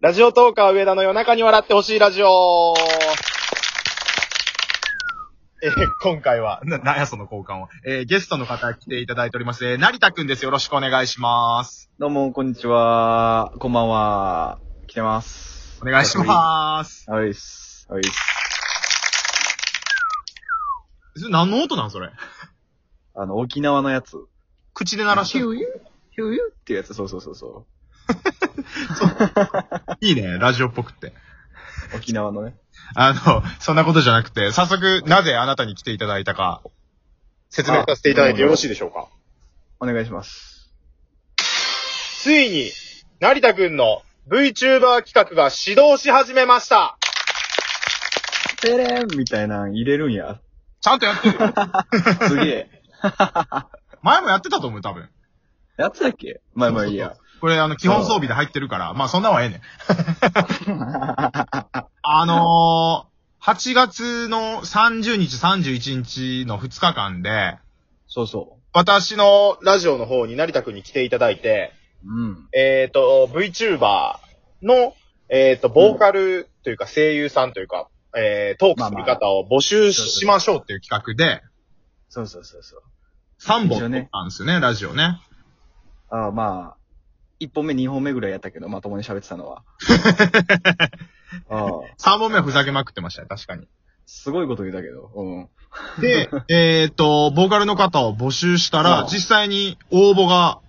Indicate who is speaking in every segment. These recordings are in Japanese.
Speaker 1: ラジオトーカー上田の夜中に笑ってほしいラジオえー今回は、な、なんやその交換は。えーゲストの方来ていただいております。えー成田くんです。よろしくお願いします。
Speaker 2: どうも、こんにちは。こんばんは。来てます。
Speaker 1: お願いします。
Speaker 2: す。はいっす。はいっす。
Speaker 1: それ何の音なんそれ。
Speaker 2: あの、沖縄のやつ。
Speaker 1: 口で鳴らして
Speaker 2: ヒュ
Speaker 1: る。
Speaker 2: ーユーヒューユーっていうやつ、そうそうそうそ
Speaker 1: いいね、ラジオっぽくって。
Speaker 2: う。沖縄のね。
Speaker 1: あの、そんなことじゃなくて、早速、なぜあなたに来ていただいたか、説明させていただいてよろしいでしょうか。
Speaker 2: お願いします。
Speaker 1: ついに、成田くんの VTuber 企画が始動し始めました。
Speaker 2: てれんみたいなん入れるんや。
Speaker 1: ちゃんとやってるよ。
Speaker 2: すげえ。
Speaker 1: 前もやってたと思う、多分。
Speaker 2: やつだっけまあまあいいや。
Speaker 1: これ、あの、基本装備で入ってるから、まあ、そんなんはええねん。あのー、8月の30日、31日の2日間で、
Speaker 2: そうそ
Speaker 1: 私のラジオの方に成田くんに来ていただいて、
Speaker 2: う。うん。
Speaker 1: えっ、と、VTuber の、えっ、と、ボーカルというか声優さんというか、えー、トークする方を募集しましょうっていう企画で、
Speaker 2: そうそうそうそう。
Speaker 1: 3本撮ったんですよね、ラジオね。
Speaker 2: ああ、まあ、一本目、二本目ぐらいやったけど、まともに喋ってたのは。ああ、
Speaker 1: 3本目はふざけまくってましたね、確かに。
Speaker 2: すごいこと言うたけど。うん。
Speaker 1: で、えっと、ボーカルの方を募集した
Speaker 2: う
Speaker 1: ら
Speaker 2: ん、
Speaker 1: 実際に応募が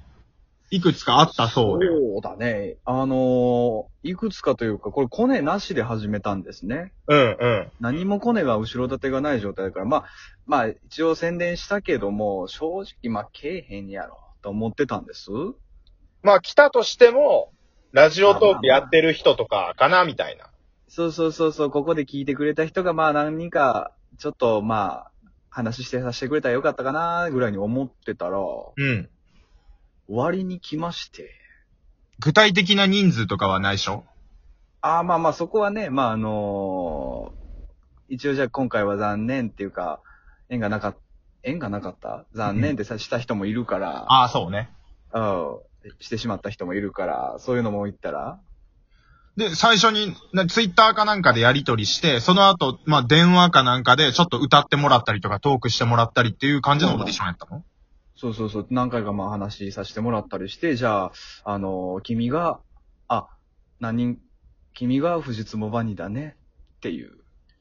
Speaker 1: いくつかあったそうで。
Speaker 2: そうだね。あのーいくつかというか、これコネなしで始めたんですね。
Speaker 1: うんうん。
Speaker 2: 何もコネが後ろ盾がない状態だから、まあ、まあ、一応宣伝したけども、正直、まあ、けえへんやろ、と思ってたんです。
Speaker 1: まあ来たとしても、ラジオトークやってる人とかかな、みたいな。
Speaker 2: そうそうそうそう、ここで聞いてくれた人が、まあ、何人か、ちょっと、まあ、話してさせてくれたらよかったかな、ぐらいに思ってたら、
Speaker 1: うん。
Speaker 2: 割に来まして。
Speaker 1: 具体的な人数とかはないしょ
Speaker 2: ああ、まあまあ、そこはね、まああのー一応じゃあ今回は残念っていうか、縁がなかった、縁がなかった残念ってさ、した人もいるから、
Speaker 1: ああ、そうね。
Speaker 2: うん、してしまった人もいるから、そういうのも言ったら、
Speaker 1: で、最初に、なツイッターかなんかでやり取りして、その後、まあ、電話かなんかで、ちょっと歌ってもらったりとか、トークしてもらったりっていう感じのオーディションやったの
Speaker 2: そうそうそう、何回かまあ話させてもらったりして、じゃあ、あのー君が、あ、何人、君が藤壺バニだねっていう、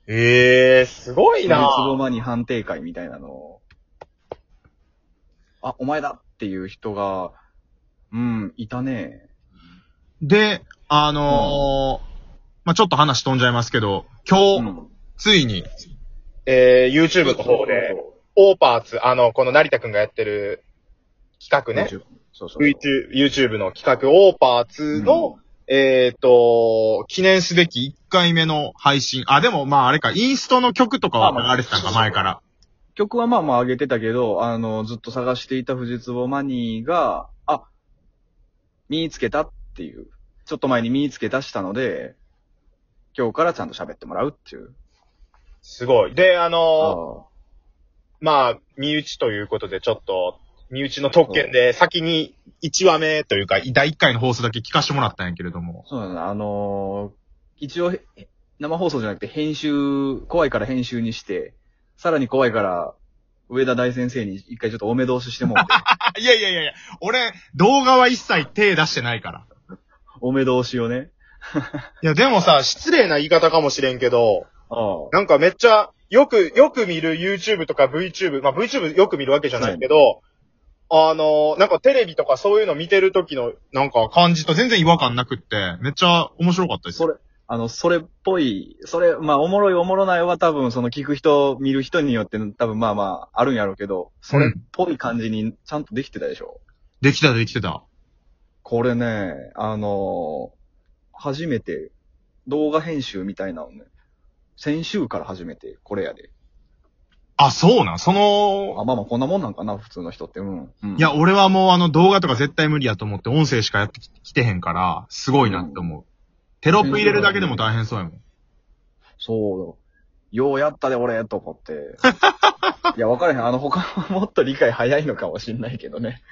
Speaker 1: ええすごい
Speaker 2: 藤壺バニ判定会みたいなのを、あ、お前だっていう人が、うん、いたね。
Speaker 1: で、あのーまあ、ちょっと話飛んじゃいますけど、今日、ついに、えー、YouTube の方で、オーパーツ、あの、この成田くんがやってる企画ね、
Speaker 2: そうそう。
Speaker 1: VTu- YouTube の企画、オーパーツの、えっ、と、記念すべき1回目の配信。あ、でもまああれか、インストの曲とか
Speaker 2: あま
Speaker 1: は
Speaker 2: あ
Speaker 1: 流れてたんか、前から。
Speaker 2: 曲はまあまあ上げてたけど、あの、ずっと探していた藤壺マニーが、あ、見つけたっていう。ちょっと前に見つけ出したので、今日からちゃんと喋ってもらうっていう。
Speaker 1: すごい。で、あの、
Speaker 2: ああ
Speaker 1: まあ、身内ということでちょっと、身内の特権で先に1話目というか、第1回の放送だけ聞かせてもらったんやけれども。
Speaker 2: そうだな、あのー一応、へ生放送じゃなくて編集、怖いから編集にして、さらに怖いから、上田大先生に一回ちょっとお目通ししてもらって、
Speaker 1: あ、いやいやいやいや、俺、動画は一切手出してないから。
Speaker 2: お目通しをね。
Speaker 1: いや、でもさ、失礼な言い方かもしれんけど、
Speaker 2: ああ
Speaker 1: なんかめっちゃ、よく、よく見る YouTube とか VTube、まあ VTube よく見るわけじゃないけど、あのーなんかテレビとかそういうの見てる時の、なんか感じと全然違和感なくって、めっちゃ面白かったです
Speaker 2: そ。れ、あの、それっぽい、それ、まあ、おもろいおもろないは多分、その聞く人、見る人によって、多分まあまあ、あるんやろうけど、それっぽい感じにちゃんとできてたでしょ。
Speaker 1: できてた、できてた。
Speaker 2: これね、あのー初めて、動画編集みたいなのね、先週から初めて、これやで。
Speaker 1: あ、そうなんその、
Speaker 2: あ、まあまあ、こんなもんなんかな、普通の人って。うん。うん、
Speaker 1: いや、、俺はもうあの動画とか絶対無理やと思って音声しかやってききてへんから、すごいなって思う。テロップ入れるだけでも大変そうやもん。
Speaker 2: そう、ようやったで、俺、と思って。 いや、わからへん。あの、他はもっと理解早いのかもしんないけどね。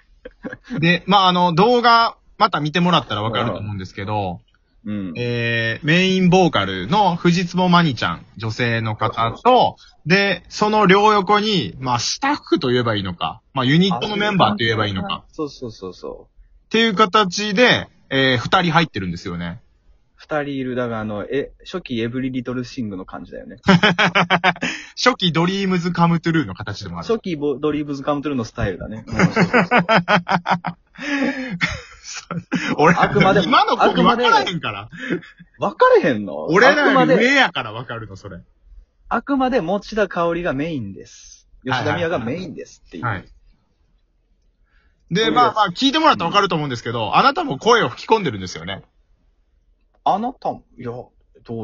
Speaker 1: で、まあ、あの、動画、また見てもらったらわかると思うんですけど、
Speaker 2: うん。
Speaker 1: えー、メインボーカルの藤坪まにちゃん、女性の方と、で、その両横に、まあ、スタッフと言えばいいのか、まあ、ユニットのメンバーと言えばいいのか、
Speaker 2: そうそうそうそう。
Speaker 1: っていう形で、えー、二人入ってるんですよね。
Speaker 2: 二人いる、だがあの、え、初期エブリリトルシングの感じだよね。
Speaker 1: 初期ドリームズカムトゥルーの形でもある。
Speaker 2: 初期ボドリーブズカムトゥルーのスタイルだね。うんそうそうそう
Speaker 1: 俺、
Speaker 2: あくまでも
Speaker 1: 今の子
Speaker 2: あく
Speaker 1: に
Speaker 2: ま
Speaker 1: 分か
Speaker 2: で
Speaker 1: らへんから。
Speaker 2: 分かれへんの
Speaker 1: 俺
Speaker 2: あく
Speaker 1: ら
Speaker 2: ま
Speaker 1: より上
Speaker 2: で、
Speaker 1: やから分かるの、それ。
Speaker 2: あくまで持田香織がメインです。
Speaker 1: はい
Speaker 2: 吉田美也がメインですっていう。
Speaker 1: はい。で、まあまあ、聞いてもらったら分かると思うんですけど、あなたも声を吹き込んでるんですよね。
Speaker 2: あなたも、いや、ど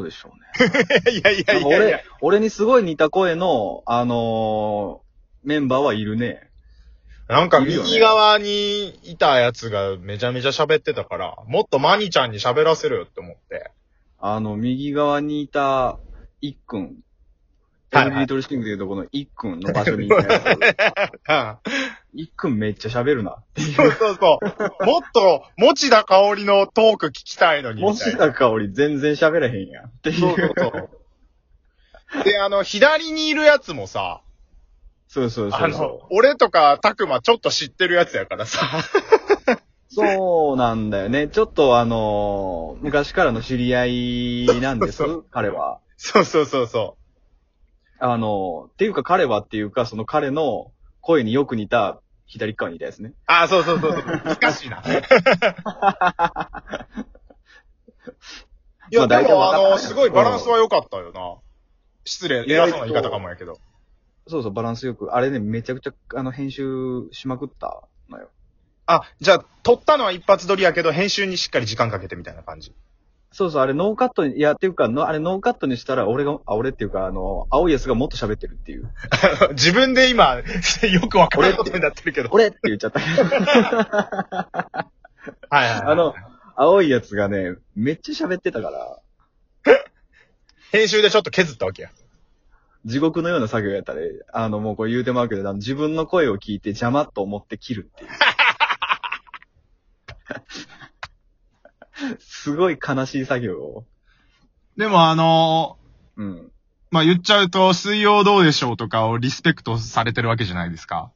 Speaker 2: うでしょうね。
Speaker 1: いやいや
Speaker 2: なんか俺、俺にすごい似た声の、あのーメンバーはいるね。
Speaker 1: なんか
Speaker 2: いるよね
Speaker 1: 右側にいたやつがめちゃめちゃ喋ってたから、もっとマニちゃんに喋らせろよって思って。
Speaker 2: あの、右側にいた、いっくん。
Speaker 1: はいはい
Speaker 2: エブリリトルシングでいうとこのいっくんの場所にいたやつ。 いっくんめっちゃ喋るな。
Speaker 1: そうそうそう。もっと、持田香織のトーク聞きたいのに
Speaker 2: も
Speaker 1: み
Speaker 2: した
Speaker 1: いな。
Speaker 2: かか俺全然喋れへんやん。っていう。
Speaker 1: そうそうそう。で、あの、左にいるやつもさ、
Speaker 2: そうそうそ
Speaker 1: あ
Speaker 2: う
Speaker 1: の
Speaker 2: そ、
Speaker 1: 俺とか、たくまちょっと知ってるやつやから さ。
Speaker 2: う。そうなんだよね。ちょっとあのー昔からの知り合いなんです、
Speaker 1: そうそ
Speaker 2: 彼は。
Speaker 1: そうそうそうそ
Speaker 2: あのーっていうか彼はっていうか、その彼の声によく似た左側にいたやつね
Speaker 1: う。。あ、そうそう そうそう。難しいな。いや、
Speaker 2: ま
Speaker 1: でも、
Speaker 2: あ
Speaker 1: あ
Speaker 2: 大体わか
Speaker 1: の、
Speaker 2: った
Speaker 1: すごいバランスは良かったよな。失礼、偉そうな言い方かもやけど。
Speaker 2: そうそう、バランスよく。あれね、めちゃくちゃ、あの、編集しまくったのよ。
Speaker 1: あ、じゃあ、撮ったのは一発撮りやけど、編集にしっかり時間かけてみたいな感じ。
Speaker 2: そうそう、あれノーカットに、いや、っていうか、のあれノーカットにしたら、俺が、あ、俺っていうか、あの、青いやつがもっと喋ってるっていう。
Speaker 1: 自分で今、 よくわからないことになってるけど。
Speaker 2: 俺って言っちゃった。
Speaker 1: はいはい、
Speaker 2: あの、青いやつがね、めっちゃ喋ってたから、
Speaker 1: 編集でちょっと削ったわけや。
Speaker 2: 地獄のような作業やったで、あの、もうこれ言うてまうけど、あの自分の声を聞いて邪魔と思って切るっていう。すごい悲しい作業を。
Speaker 1: でもあの
Speaker 2: うん。
Speaker 1: まあ、言っちゃうと、水曜どうでしょうとかをリスペクトされてるわけじゃないですか。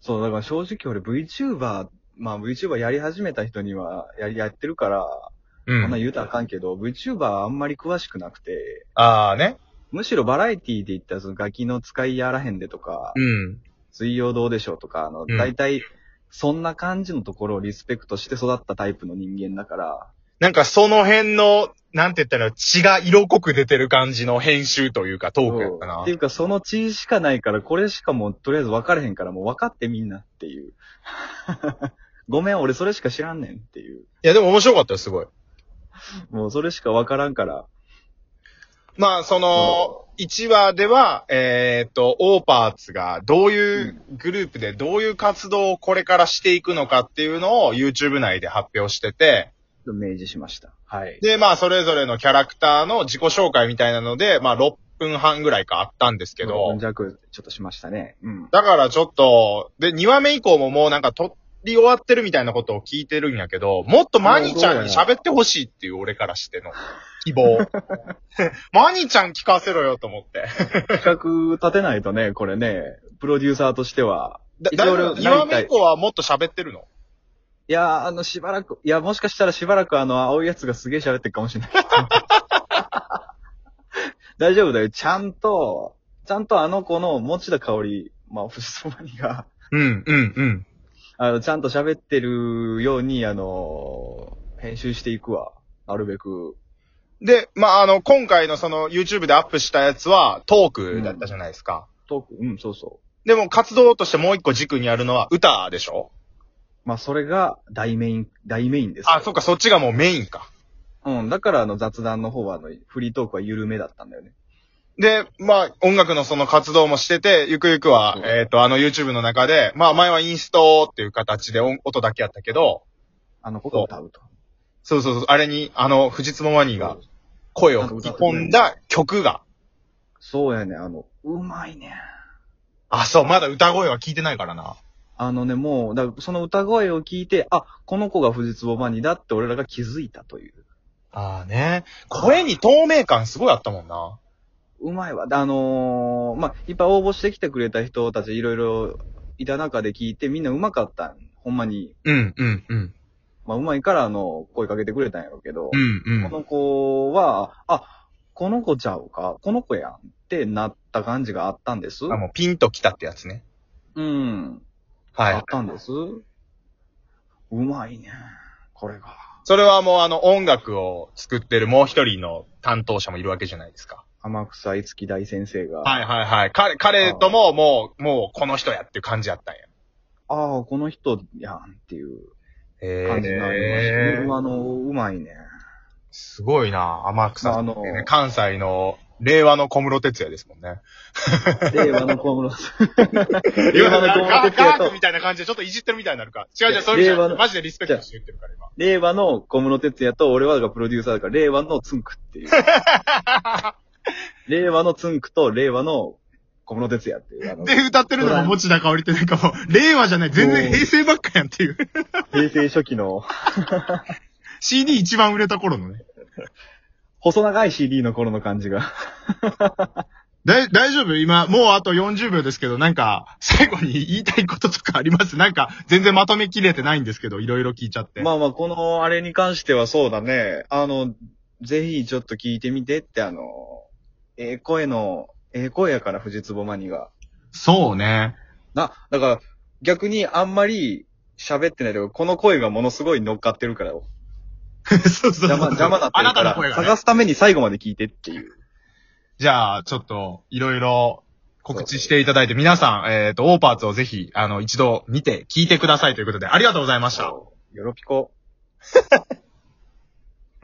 Speaker 2: そう、だから正直俺 VTuber、まあ VTuber やり始めた人には、やり、やってるから、
Speaker 1: う
Speaker 2: こんなん言うたらあかんけど、VTuber あんまり詳しくなくて、
Speaker 1: ああね。
Speaker 2: むしろバラエティで言ったらそのガキの使いやらへんでとか、
Speaker 1: うん。
Speaker 2: 水曜どうでしょうとか、あの、
Speaker 1: うん
Speaker 2: 大体、そんな感じのところをリスペクトして育ったタイプの人間だから、
Speaker 1: なんかその辺の、なんて言ったら、血が色濃く出てる感じの編集というか、トークやった
Speaker 2: そう
Speaker 1: な
Speaker 2: ってい。うかその地位しかないから、これしかもうとりあえず分かれへんから、もう分かってみんなっていう。 ごめん、俺それしか知らんねんっていう。
Speaker 1: いや、でも面白かったよ、すごい。
Speaker 2: もうそれしか分からんから、
Speaker 1: まあ、その、1話では、えーっと、オーパーツがどういうグループでどういう活動をこれからしていくのかっていうのを YouTube 内で発表してて、
Speaker 2: 明示しました。はい。
Speaker 1: で、まあ、それぞれのキャラクターの自己紹介みたいなので、まあ、6分半ぐらいかあったんですけど、
Speaker 2: 弱、ちょっとしましたね。うん。
Speaker 1: だからちょっと、で、2話目以降ももうなんか撮り終わってるみたいなことを聞いてるんやけど、もっとマニちゃんに喋ってほしいっていう俺からして の希望。マニちゃん聞かせろよと思って。
Speaker 2: 企画立てないとね、これね、プロデューサーとしては。
Speaker 1: だ、
Speaker 2: 一応俺
Speaker 1: 2話目
Speaker 2: なりた
Speaker 1: 以
Speaker 2: い
Speaker 1: 降はもっと喋ってるの
Speaker 2: いやー、あの、しばらく、いや、もしかしたらしばらくあの、青いやつがすげえ喋ってるかもしれ ない。大丈夫だよ。ちゃんと、ちゃんとあの子の持田香織、まあ、藤そまにが、
Speaker 1: うん、うん、うん。
Speaker 2: あの、ちゃんと喋ってるように、あの、編集していくわ。なるべく。
Speaker 1: で、まあ、あの、今回のその YouTube でアップしたやつはトークだったじゃないですか。
Speaker 2: トーク、うん、そうそう。
Speaker 1: でも活動としてもう一個軸にあるのは歌でしょ
Speaker 2: まあ、それが大メイン、大メインです。
Speaker 1: あ、そっか、そっちがもうメインか。
Speaker 2: うん、だからあの雑談の方はあの、フリートークは緩めだったんだよね。
Speaker 1: で、まあ、音楽のその活動もしてて、ゆくゆくは
Speaker 2: う、ん
Speaker 1: えっ、と、あの YouTube の中で、まあ、前はインストっていう形で音音だけやったけど、
Speaker 2: あの子が歌うと。
Speaker 1: そうそうそう、あれに、あの、藤坪マニーが声を吹き込んだ曲が、
Speaker 2: そうやね、あの、うまいね。
Speaker 1: あ、そう、まだ歌声は聞いてないからな。
Speaker 2: あのね、もう、だからその歌声を聞いて、あ、この子が藤壺マニだって俺らが気づいたという。
Speaker 1: ああね。声に透明感すごいあったもんな。
Speaker 2: うまいわ。であのーまあ、いっぱい応募してきてくれた人たちいろいろいた中で聞いてみんなうまかったん。ほんまに。
Speaker 1: うん、うん、うん。
Speaker 2: まあ、うまいから、あの、声かけてくれたんやろうけど、
Speaker 1: ん、う
Speaker 2: この子は、あ、この子ちゃうか、この子やんってなった感じがあったんです。
Speaker 1: あ、もうピンときたってやつね。
Speaker 2: うん。
Speaker 1: は
Speaker 2: あ
Speaker 1: い
Speaker 2: っ。たんです。うまいね。これが。
Speaker 1: それはもうあの音楽を作ってるもう一人の担当者もいるわけじゃないですか。
Speaker 2: 天草いつき大先生が。。
Speaker 1: はいいはいはい。彼、彼とももう、もうこの人やっていう感じやったんや。
Speaker 2: ああ、この人やんっていう
Speaker 1: へ
Speaker 2: 感じになりましたね。あの、うまいね。
Speaker 1: すごいな天草さんってね
Speaker 2: まああの
Speaker 1: 関西の令和の小室哲也ですもんね。
Speaker 2: 令和の小室さ ん。
Speaker 1: 令
Speaker 2: 令
Speaker 1: 和の
Speaker 2: 和の
Speaker 1: 小室
Speaker 2: 小
Speaker 1: 哲
Speaker 2: 室哲
Speaker 1: 也
Speaker 2: 也
Speaker 1: と。
Speaker 2: と
Speaker 1: み、たいな感じでちょっといじってるみたいになるから。違う違う、そういう意味じ
Speaker 2: 令
Speaker 1: ゃ
Speaker 2: 和
Speaker 1: ない
Speaker 2: の
Speaker 1: マジでリスペクトして言ってるから今。
Speaker 2: 令和の小室哲也と俺はがプロデューサーだから、令和のつんくっ ていう。令和のつんくと令和の小室哲也っていう、あの、
Speaker 1: で、歌ってるのも持田香織ってなんかもう、令和じゃない、全然平成ばっかやん っていう。
Speaker 2: 平成初期の
Speaker 1: CD 一番売れた頃のね。
Speaker 2: 細長い CD の頃の感じが。
Speaker 1: だい、大丈夫今、もうあと40秒ですけど、なんか、最後に言いたいこととかありますなんか、全然まとめきれてないんですけど、いろいろ聞いちゃって。
Speaker 2: まあまあ、このあれに関してはそうだね。あの、ぜひちょっと聞いてみてって、あの、ええ声の、ええ声やから、藤壺マニが。
Speaker 1: そうね。
Speaker 2: な、だから、逆にあんまり喋ってないけど、この声がものすごい乗っかってるから、
Speaker 1: そうそうそう
Speaker 2: 邪魔、邪魔なって
Speaker 1: あ
Speaker 2: る
Speaker 1: なた
Speaker 2: か
Speaker 1: の声
Speaker 2: ら、
Speaker 1: が、ね
Speaker 2: 探。すために最後まで聞いてっていう。
Speaker 1: じゃあ、ちょっと、いろいろ告知していただいて、皆さん、えっ、と、オーパーツをぜひ、あの、一度見て、聞いてくださいということで、ありがとうございました。
Speaker 2: よろぴこ。